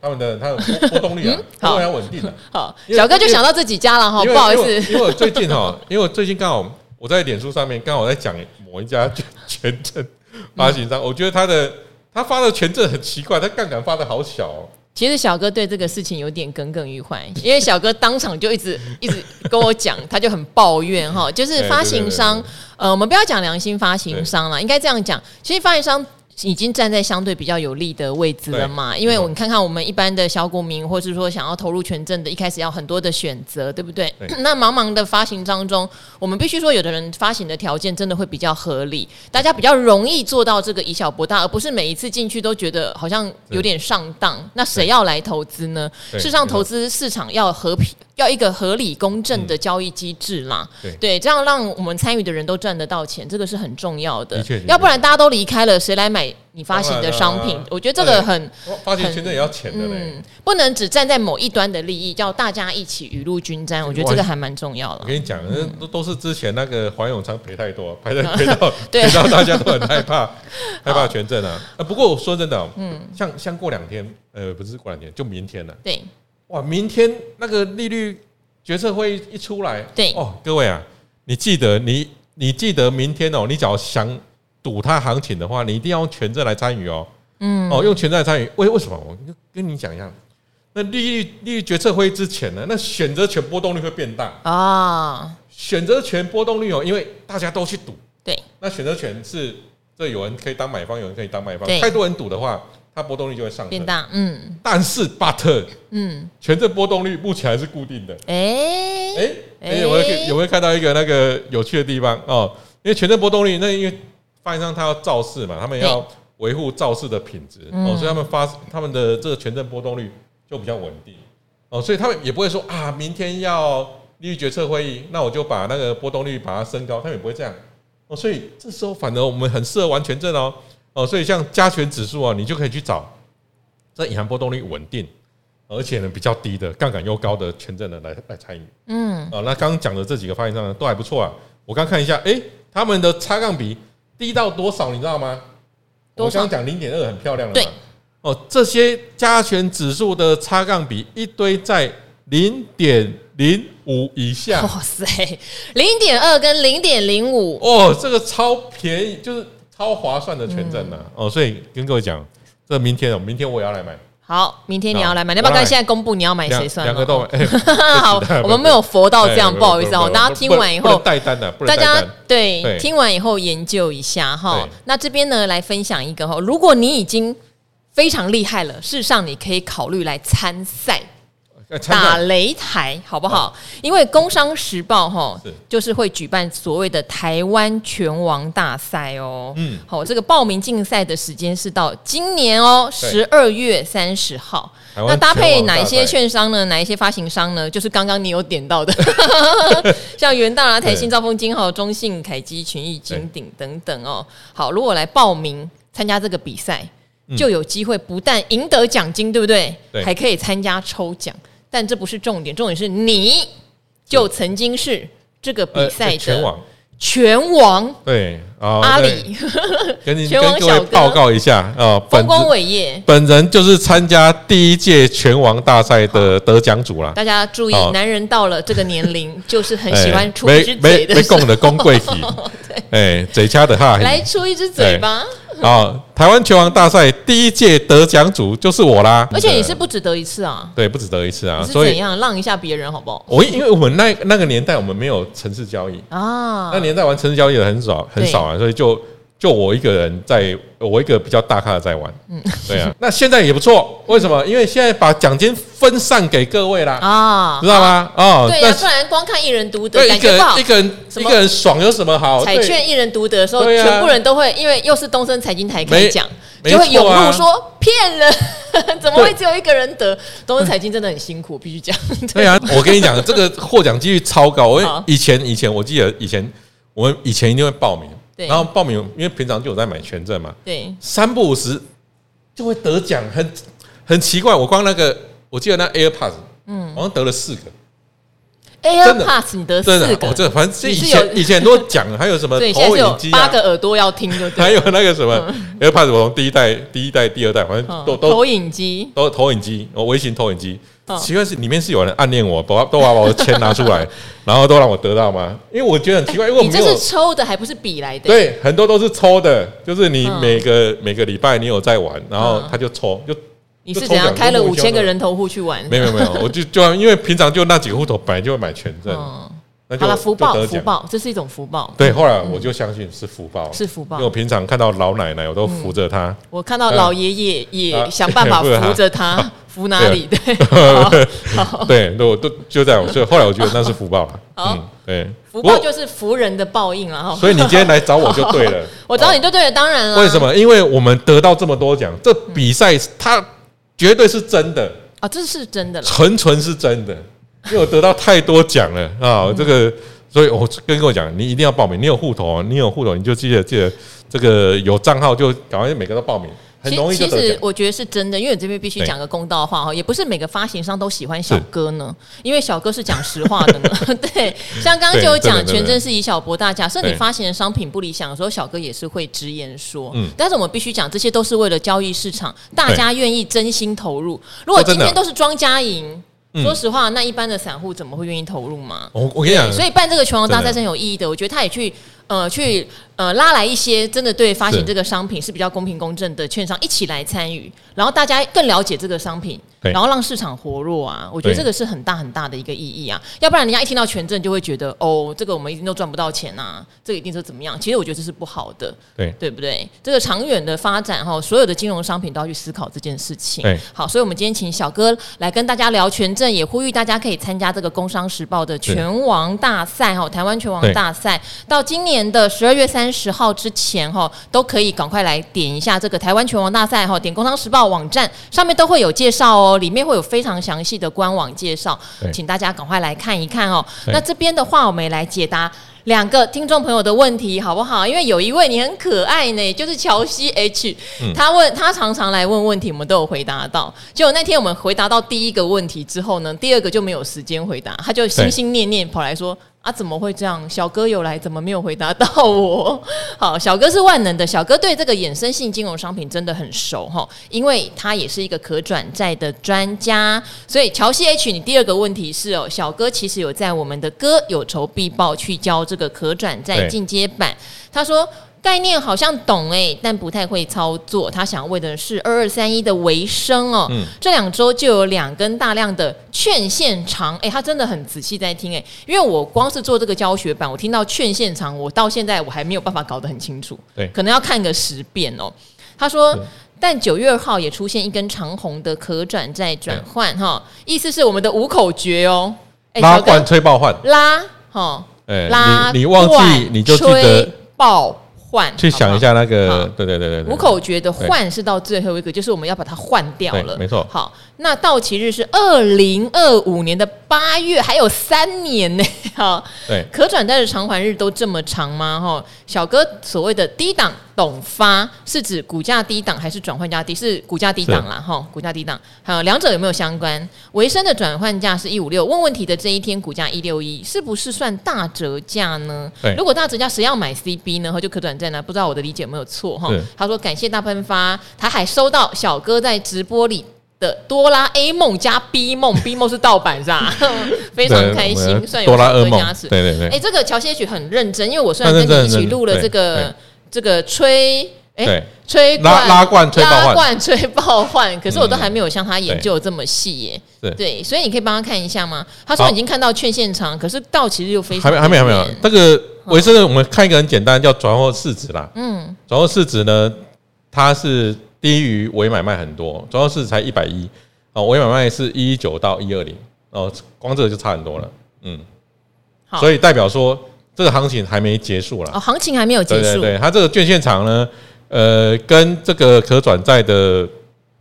他们的它的波波动率啊，
嗯好
都还稳定的、
好，
因为
小哥就想到自己家了哈，
因为
哦不好意
因为
思，
因为我最近哈， 因为我最近刚好我在脸书上面刚好在讲某一家权权证发行
嗯
商，我觉得他的他发的权证很奇怪，他杠杆发的好小、哦。
其实小哥对这个事情有点耿耿于怀，因为小哥当场就一 直一直跟我讲，他就很抱怨哈，就是
哎
发
对对
行
对
商，呃，我们不要讲良心发行商了，应该这样讲，其实发行商。已经站在相对比较有利的位置了嘛？因为我你看看我们一般的小股民，或是说想要投入权证的，一开始要很多的选择，对不对？
对
那茫茫的发行当中，我们必须说，有的人发行的条件真的会比较合理，大家比较容易做到这个以小博大，而不是每一次进去都觉得好像有点上当。那谁要来投资呢？
嗯对
事实上，投资市场要和平，要一个合理公正的交易机制啦。
嗯对
这样让我们参与的人都赚得到钱，这个是很重要的
的确的。确
要不然大家都离开了，谁来买你发行的商
当然
品
啦？
我觉得这个很。
哇发行权证也要钱的嘞。
嗯，不能只站在某一端的利益，叫大家一起雨露均沾。我觉得这个还蛮重要
我
的。
跟你讲，
嗯
那都都是之前那个黄永昌赔太 多，赔到赔到
对
赔到大家都很 害怕，害怕权证啊。啊，不过我说真的、哦，嗯，像像过两天，呃，不是过两天，就明天了、
对，
哇，明天那个利率决策会议一出来，
对
哦，各位啊，你记得你你记得明天哦，你只要想赌它行情的话，你一定要用权证来参与哦，嗯，哦，用权证来参与，为为什么？我就跟你讲一下，那利率利率决策会议之前呢，那选择权波动率会变大，
啊，
选择权波动率哦，因为大家都去赌，
对，
那选择权是这有人可以当买方，有人可以当卖方
对，
太多人赌的话，它波动率就会上
变
升。
大，嗯
但是 but
嗯，
权证波动率目前还是固定的。
哎、
哎、哎、
哎
有没有看有没有看到一个那个有趣的地方哦？因为权证波动率，那因为发行商他要造势嘛，他们要维护造势的品质、哦，所以他们发他们的这个权证波动率就比较稳定哦，所以他们也不会说啊，明天要利率决策会议，那我就把那个波动率把它升高，他们也不会这样哦，所以这时候反而我们很适合玩权证哦哦，所以像加权指数啊，你就可以去找这隐含波动率稳定。而且呢，比较低的杠杆又高的权证呢来来参与，
嗯，
哦，那刚刚讲的这几个发行商呢，都还不错啊。我刚看一下，诶，他们的差杠比低到多少，你知道吗？
多
我
少
刚刚讲零点二很漂亮了
对
嘛。哦，这些加权指数的差杠比一堆在零点零五以下，
哇塞，零点二跟零点零五，
哦，这个超便宜，就是超划算的权证呐、
嗯
哦，所以跟各位讲，这明天哦，明天我也要来买，
好，明天你要来买，
那
要不要
我来
看现在公布你要买
两
谁算
两
了
个都买。哎
好，我们没有佛 到这样，不好意思哦，大家听完以
不能
后。
带单的，不
大
能带
家
单。
对
对
听完以后研究一下哈
对。
那这边呢，来分享一个哈，如果你已经非常厉害了，事实上你可以考虑来参赛。
呃参
打
考
擂台好不好？因为《工商时报》哈
是，
就是会举办所谓的台湾拳王大赛哦。
嗯
好，这个报名竞赛的时间是到今年哦，十
对
二月三十号。
台湾
那搭配哪一
拳王
些
大赛
券商呢？哪一些发行商呢？就是刚刚你有点到的， 像元大啊、台新、
对
兆丰金、哈、中信、凯基、群益、金鼎等等哦。好，如果来报名参加这个比赛，就有机会不但赢得奖金，对不对？
嗯对
还可以参加抽奖，但这不是重点，重点是你就曾经是这个比
呃
赛
全
的
网。
拳王
对啊，
阿
对
里，
跟你
拳
跟
王
各
小
位
哥
报告一下啊，
丰
本
功伟业。
本人就是参加第一届拳王大赛的得奖组啦。
大家注意
好，
男人到了这个年龄，就是很
哎
喜欢出一
没
只嘴
没
的
没
时候
供的公贵体，哎，嘴掐的哈。
来出一只嘴巴。
啊，台湾拳王大赛第一届得奖组就是我啦。
而且你是不只得一次啊，
对，不止得一次啊，
你是
所
怎
以
样让一下别人好不好？
我因为我们那那个年代我们没有城市交易，
啊
那，年代玩城市交易的很少很少啊，所以就就我一个人在，我一个比较大咖的在玩，嗯，对啊， 那现在也不错，为什么？因为现在把奖金分散给各位啦，
啊
知，道吗？哦，
对
但
呀，
是
不然光看一人独得
对
感
一个
觉不好
人一。个人
什
一
么
个人爽有什么好？
彩
对
券一人独得的时候，
对啊
全部人都会因为又是东森财经台开奖，
没
就会
没
涌
错啊
入说骗 人，怎么会只有一个人得？东森财经真的很辛苦，必须讲。
对啊，我跟你讲，这个获奖几率超高。
好
我以前以前我记得以前我们以前一定会报名，
对
然后报名，因为平常就有在买权证嘛，
对，
三不五十就会得奖，很很奇怪。我光那个，我记得那 AirPods，嗯，好像得了四个，真的
AirPods 哎你得四
真的，
个，
哦，这反正这
你
以
是有
前以前很多奖，还有什么
对，现在
投
是
影
有
机
八
啊，
个耳朵要听就对了，
还有那个什么 AirPods，我从第一代、第一代、第二代，反正
嗯
都都
投影机，
都投影机，哦，微型投影机
嗯。
奇怪是里面是有人暗恋我，把都把我的钱拿出 来，然后都让我得到吗？因为我觉得很奇怪，因为我
你
没
这
有
是抽的还不是比来的？
对，很多都是抽的，就是你
嗯
每个、每个礼拜你有在玩，然后
嗯
他就抽，就
你是怎样
就抽奖
开了
就
五
互相
千
的
个人头户去玩？
没有没有，我就就因为平常就那几个户头本来就会买权证，
嗯，
那
好
就
了，福
就
报
得
福
奖。
报，这是一种福报。
对，后来我就相信是福报，
是福报
因为我平常看到老奶奶，我都扶着她，
我看到老爷爷也
嗯啊
想办法
不啊是他
扶着他，扶哪里？对， 好嗯哦好
对，都都就在我，所以后来我觉得那是福报了。
好
嗯，对，
福
不过
报就是扶人的报应了哈。
所以你今天来找我就
。
对了
我找你就对了，当然了。
为什？么？因为我们得到这么多奖，这比赛它绝对是真的。
啊，这是真的啦。
纯纯是真的，因为我得到太多奖了啊！
嗯
这个，所以我跟我讲，你一定要报名。你有户头，你有户头，你就记得记得这个有账号就赶快每个都报名，很
其
容易就
其
得
实
奖。
我觉得是真的，因为我这边必须
对
讲个公道话哈，也不是每个发行商都喜欢小哥呢，因为小哥是讲实话 的呢。对，像刚刚就有讲
对真的真的
权证是以小博大家，甚至你
对
发行的商品不理想的时候，小哥也是会直言说。
嗯
但是我们必须讲，这些都是为了交易市场，大家愿意真心投入。如果
哦真
今
的
天都是庄家赢，
嗯
说实话，那一般的散户怎么会愿意投入嘛？
我我跟你讲，
所以办这个拳王大赛
真的
是很有意义的，我觉得他也去呃去呃拉来一些真的对发行
是
这个商品是比较公平公正的券商一起来参与，然后大家更了解这个商品，
对
然后让市场活络啊，我觉得
对
这个是很大很大的一个意义啊，要不然人家一听到权证就会觉得哦，这个我们一定都赚不到钱啊，这个一定是怎么样？其实我觉得这是不好的，
对
对不对？这个长远的发展哈，所有的金融商品都要去思考这件事情
对。
好，所以我们今天请小哥来跟大家聊权证，也呼吁大家可以参加这个《工商时报》的拳王大赛哈，台湾拳王大赛，到今年的十二月三十号之前哈，都可以赶快来点一下这个台湾拳王大赛哈，点《工商时报》网站上面都会有介绍哦，里面会有非常详细的官网介绍，
对
请大家赶快来看一看哦。
对
那这边的话，我们也来解答两个听众朋友的问题，好不好？因为有一位你很可爱呢，就是乔西 H，、他问他常常来问问题，我们都有回答到。结果那天我们回答到第一个问题之后呢，第二个就没有时间回答，他就心心念念跑来说。啊，怎么会这样？小哥有来，怎么没有回答到我？好，小哥是万能的，小哥对这个衍生性金融商品真的很熟哈，因为他也是一个可转债的专家。所以乔西 H，你第二个问题是哦，小哥其实有在我们的歌有仇必报去教这个可转债
对
进阶版，他说。概念好像懂哎、但不太会操作。他想要为的是二二三一的维生哦。
嗯
这两周就有两根大量的券线长哎、他真的很仔细在听哎、因为我光是做这个教学版，我听到券线长，我到现在我还没有办法搞得很清楚。
对
可能要看个十遍哦。他说
对，
但九月二号也出现一根长红的可转债转换哈，意思是我们的五口诀哦，哎
拉
小哥
罐吹爆换，
拉哈，
哎，
拉
你你忘记
灌
你就记
吹
得
爆换，
去想一下那
好
个，对对对对
好不
对，
好。五口诀的换是到最后一个，就是我们要把它换掉了，
对没错
好，那到期日是二零二五年的八月，还有三年呢。 哈，
对
可转债的偿还日都这么长吗？哈，小哥所谓的低档懂发是指股价低档还是转换价低？是股价低档啦，哈，股价低档，还有两者有没有相关？维生的转换价是一五六，问问题的这一天股价一六一，是不是算大折价呢
对？
如果大折价，谁要买 CB 呢？哈，就可转债呢？不知道我的理解有没有错哈
是？
他说感谢大喷发，他还收到小哥在直播里。的哆啦 A 梦加 B 梦，B 梦是盗版是 吧？非常
对
开
我们
心，算有
哆啦
小哥
A 梦
加持，。
对对
哎、
对
这个乔些许很认真，因为我虽然
他
跟
认真
你一起
很认真
录了这个这个吹哎、
对，
吹
拉
罐
拉罐嗯吹爆
拉
换，
罐吹爆换，可是我都还没有像他研究得这么细耶、
对
对，所以你可以帮他看一下吗？他说
好
已经看到券现场，可是到期日又非常嗯
还没还没有还没有
有限，
这个维生的，我们看一个很简单，叫转换市值啦。
嗯，
转换市值呢，它是低于伪买卖很多，转换市值才一百一哦，伪买卖是一一九到一二零哦，光这个就差很多了，嗯，
好，
所
以
以代表说这个行情还没结束啦。
哦，行情还没有结
对
束，
对对，它这个券现场呢，呃，跟这个可转债的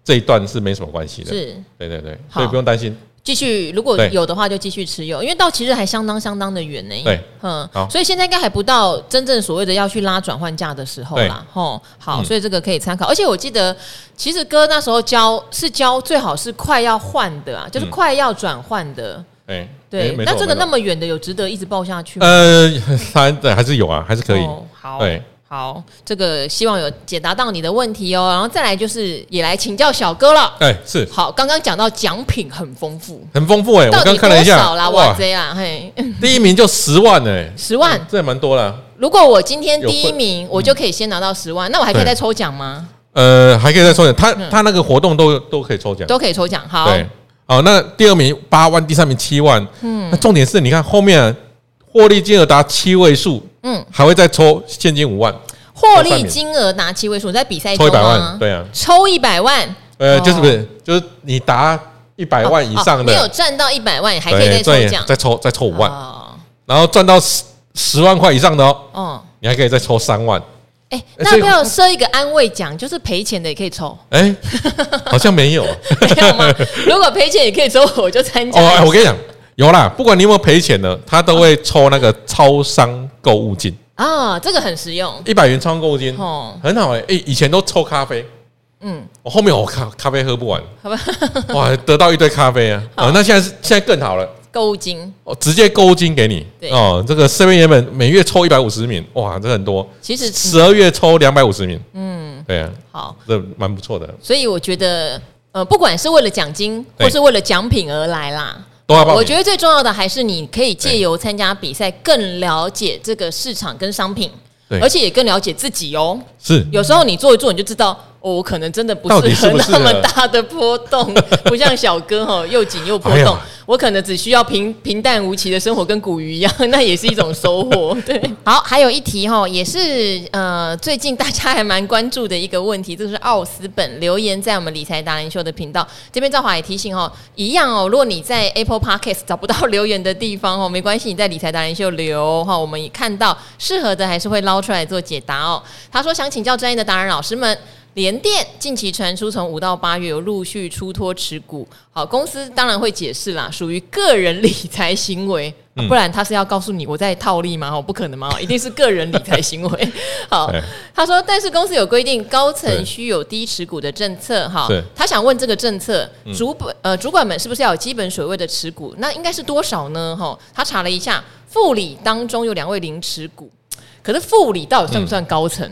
这一段是没什么关系的，
是
对对对，
好
所以不用担心。
继续，如果
对
有的话就继续持有，因为到期日还相当相当的远呢、
对，
嗯，
好
所以现在应该还不到真正所谓的要去拉转换价的时候啦。吼，好，
嗯
所以这个可以参考。而且我记得，其实哥那时候教是教最好是快要换的啊，就是
嗯
快要转换的。
哎，
对，
哎没
那
错
这个
没错
那么远的有值得一直报下去吗？
呃，还对还是有啊，还是可以。
哦、好，
对
好，这个希望有解答到你的问题哦。然后再来就是也来请教小哥了。
哎，是
好，刚刚讲到奖品很丰富，
很丰富哎，
到底
我刚
多
看了一下
少，啦？哇，塞啦，嘿，
第一名就十万哎，
十万。
这也蛮多了。
如果我今天第
有
一
会
名，我就可以先拿到十万，那我还可以
对
再抽奖吗？
呃，还可以再抽奖，他
嗯
他那个活动都都可以抽奖。
都可以抽奖。好，
对，哦，那第二名八万，第三名七万。嗯，那重点是你看后面啊获利金额达七位数，
嗯，
还会再抽现金五万，
获利金额拿七位数，在比赛中
抽一百
吗
万。？对啊，
抽一百万，
呃，就
哦
是不是就是你达一百万以上
哦没有
的，
赚到一百万，还可以
对，
再抽奖。
再抽再抽五万，
哦，
然后赚到十十万块以上的哦，
哦，
你还可以再抽三万。
哎，
哎
那要
所以
不要设一个安慰奖，就是赔钱的也可以抽，
哎，好像没有哦。
没有吗？ 如果赔钱也可以抽，我就参加。
哎我跟你讲，有啦，不管你有没有赔钱的，他都会抽那个超商购物金，
啊，这个很实用
一百元超商购物金，
哦。
很好哎、欸以前都抽咖啡，
嗯，
我后面我咖咖啡喝不完，好吧， 哇，得到一堆咖啡啊，啊，那现在是现在更好了，
购物金
我直接购物金给你
对，
哦，这个身边原本每月抽一百五十名，哇，这很多，
其实嗯
十二月抽两百五十名，嗯，对啊，
好，
这蛮不错的，
所以我觉得呃，不管是为了奖金
对
或是为了奖品而来啦。
都要报名
我觉得最重要的还是你可以借由参加比赛，更了解这个市场跟商品，
对
而且也更了解自己哦。
是
有时候你做一做，你就知道哦，我可能真的不
到
适
底
合
适不适
那么
合
大的波动，不像小哥哦，又紧又波
哎
动
呀。
我可能只需要平平淡无奇的生活，跟古鱼一样， 那也是一种收获。对，好，还有一题哈、也是呃，最近 大家还蛮关注的一个问题，这是奥斯本留言在我们理财达人秀的频道。这边赵华也提醒哦，一样哦，如果你在 Apple Podcast 找不到留言的地方哦，没关系，你在理财达人秀留哈、我们也看到适合的还是会捞出来做解答哦。他说想请教专业的达人老师们。联电近期传出从五到八月有陆续出脱持股，好，公司当然会解释啦，属于个人理财行为，
嗯
不然他是要告诉你我在套利吗？哦，不可能嘛，哦一定是个人理财行为。 好
对，
他说，但是公司有规定高层
对
需有低持股的政策，哈
对，嗯
他想问这个政策主本呃主管们是不是要有基本水位的持股？那应该是多少呢？哈，他查了一下，副理当中有两位零持股，可是副理到底算不
嗯
算高层？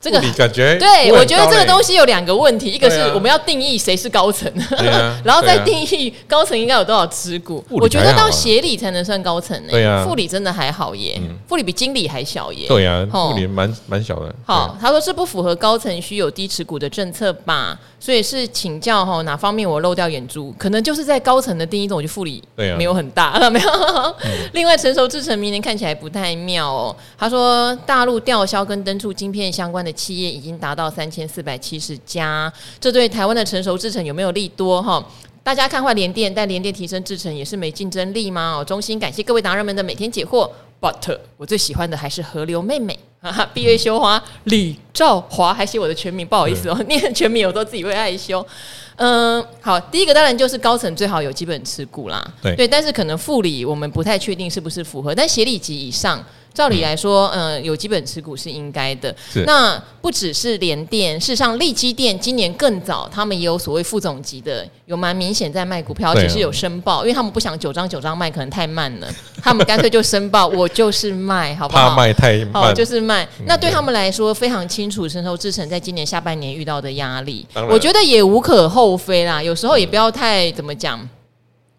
这个
你感 觉
对，我觉得这个东
西，
西有两个问题，一个是
对啊
我们要定义谁是高层，
对啊
然后再
对
定义高层应该有多少持股。
副理
我觉得
还好啊
到协理才能算高层呢、
对啊嗯
副理真的还好耶，副理比经理还小耶。
对啊，
哦
副理蛮蛮小的，
好，他说是不符合高层需有低持股的政策吧，所以是请教哈哪方面我漏掉眼珠，可能就是在高层的定义中，我就副理
对啊嗯
没有很大， 没有。另外，成熟制成明年看起来不太妙哦。他说大陆吊销跟登出晶片相关的企业已经达到三千四百七十家，这对台湾的成熟制成有没有利多哈？大家看坏联电，但联电提升制程也是没竞争力吗？哦，衷心感谢各位达人们的每天解惑。But 我最喜欢的还是河流妹妹，哈哈，闭月羞花李兆华，还写我的全名，不好意思哦， 念全名我都自己会害羞。嗯，好，第一个当然就是高层最好有基本持股啦，
对
但是可能副理我们不太确定是不是符合，但协理级以上，照理来说，嗯、有基本持股是应该的。
是
那不只是联电，事实上利基电今年更早，他们也有所谓副总级的，有蛮明显在卖股票，而
对啊
且是有申报，因为他们不想九张九张卖，可能太慢了，他们干脆就申报，我就是卖，好不好？
怕卖太
好，
慢，
哦
嗯
就是卖。那对他们来说非常清楚，神州制成在今年下半年遇到的压力
当，然
我觉得也无可厚非啦。有时候也不要太怎么讲。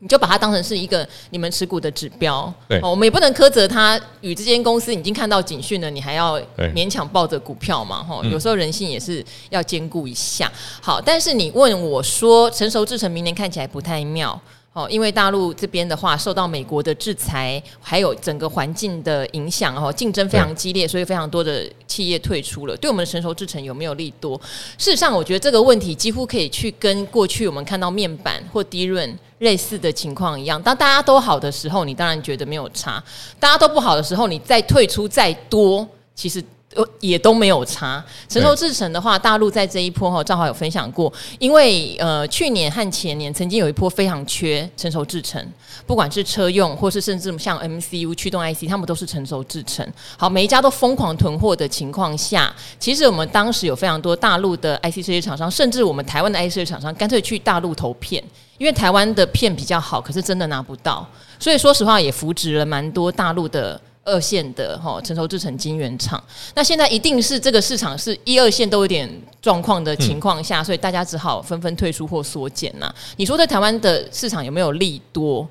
你就把它当成是一个你们持股的指标，
对
哦，我们也不能苛责他与这间公司已经看到警讯了，你还要
对嗯
勉强抱着股票嘛，哈、有时候人性也是要兼顾一下。好，但是你问我说，成熟制成明年看起来不太妙。哦，因为大陆这边的话，受到美国的制裁，还有整个环境的影响，哦，竞争非常激烈，所以非常多的企业退出了。对我们成熟制成有没有利多？事实上，我觉得这个问题几乎可以去跟过去我们看到面板或低润类似的情况一样。当大家都好的时候，你当然觉得没有差；大家都不好的时候，你再退出再多，其实呃，也都没有差。神州制程的话，大陆在这一波哈，赵华有分享过，因为呃去年和前年曾经有一波非常缺成熟制程，不管是车用或是甚至像 MCU 驱动 IC，他们都是成熟制程。好，每一家都疯狂囤货的情况下，其实我们当时有非常多大陆的 IC 设计厂商，甚至我们台湾的 IC 设计厂商，干脆去大陆投片。因为台湾的片比较好，可是真的拿不到，所以说实话也扶植了蛮多大陆的二线的哈、成熟制成晶圆厂。那现在一定是这个市场是一二线都有点状况的情况下，所以大家只好纷纷退出或缩减呐、你说对台湾的市场有没有利多？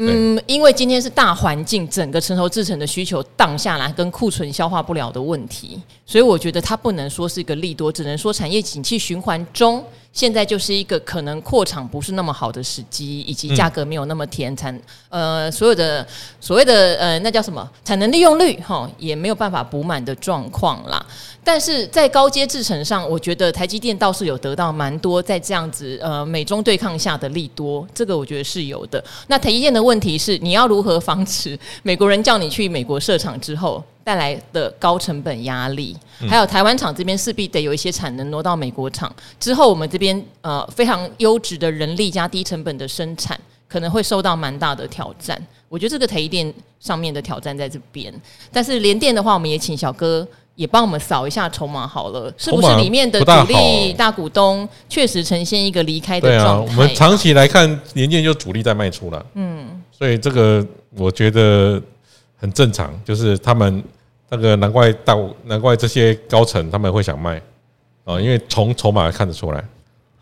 嗯，因为今天是大环境，整个成熟制成的需求荡下来，跟库存消化不了的问题，所以我觉得它不能说是一个利多，只能说产业景气循环中，现在就是一个可能扩厂不是那么好的时机，以及价格没有那么甜，产呃所有的所谓的呃那叫什么产能利用率哈也没有办法补满的状况啦。但是在高阶制程上，我觉得台积电倒是有得到蛮多在这样子呃美中对抗下的利多，这个我觉得是有的。那台积电的问题是，你要如何防止美国人叫你去美国设厂之后带来的高成本压力？还有台湾厂这边势必得有一些产能挪到美国厂之后，我们这边呃非常优质的人力加低成本的生产。可能会受到蛮大的挑战，我觉得这个台积电上面的挑战在这边，但是联电的话，我们也请小哥也帮我们扫一下筹码好了，是不
筹
是
码
里面的
不大
主力
好
大股东确实呈现一个离开
对
的哎
啊，
状
我
态？
们长期来看，年件就主力在卖出了，嗯，所以这个我觉得很正常，就是他们那个难怪大难怪这些高层他们会想卖
嗯
哦，因为从筹码看得出来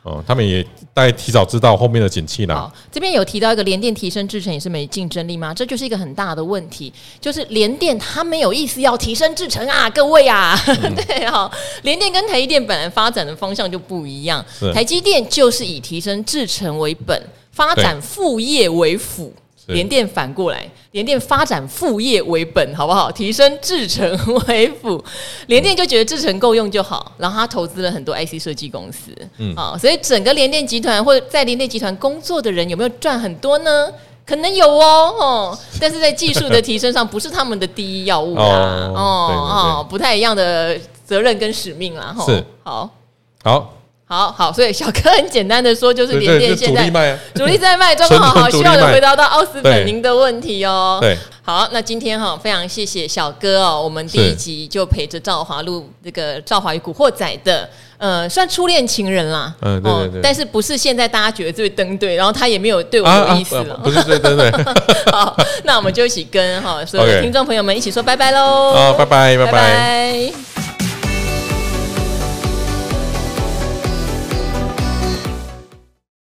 哦，他们也大概提早知道后面的景气啦，
好，这边有提到一个联电提升制程也是没竞争力吗？这就是一个很大的问题，就是联电它没有意思要提升制程啊，各位啊，
嗯
对哈、联电跟台积电本来发展的方向就不一样
是，
台积电就是以提升制程为本，发展副业为辅。
是
联电反过来，联电发展副业为本，好不好？提升制程为辅，联电就觉得制程够用就好，然后他投资了很多 IC 设计公司，嗯，好、所以整个联电集团或者在联电集团工作的人有没有赚很多呢？可能有哦，哦，但是在技术的提升上不是他们的第一要务啦，
哦
哦
对对
哦不太一样的责任跟使命啦，吼
是
好。
好，
好好，所以小哥很简单的说，就是
对
联
对，
电
是
现
主力
在
卖啊，
主力在卖，状况好好，需
纯纯主力
要的
卖
回答到奥斯
对
本您的问题哦。
对，
好，那今天哈、非常谢谢小哥哦，我们第一集就陪着赵华录这个《赵华与古惑仔》的，呃，算初恋情人啦，哦
嗯对对对
但是不是现在大家觉得最登对，然后他也没有对我
啊
有
啊
意思了。，
不是对对对，
好，那我们就一起跟哈、所有的
啊 OK
听众朋友们一起说拜拜喽，
啊，拜拜拜
拜
拜。
拜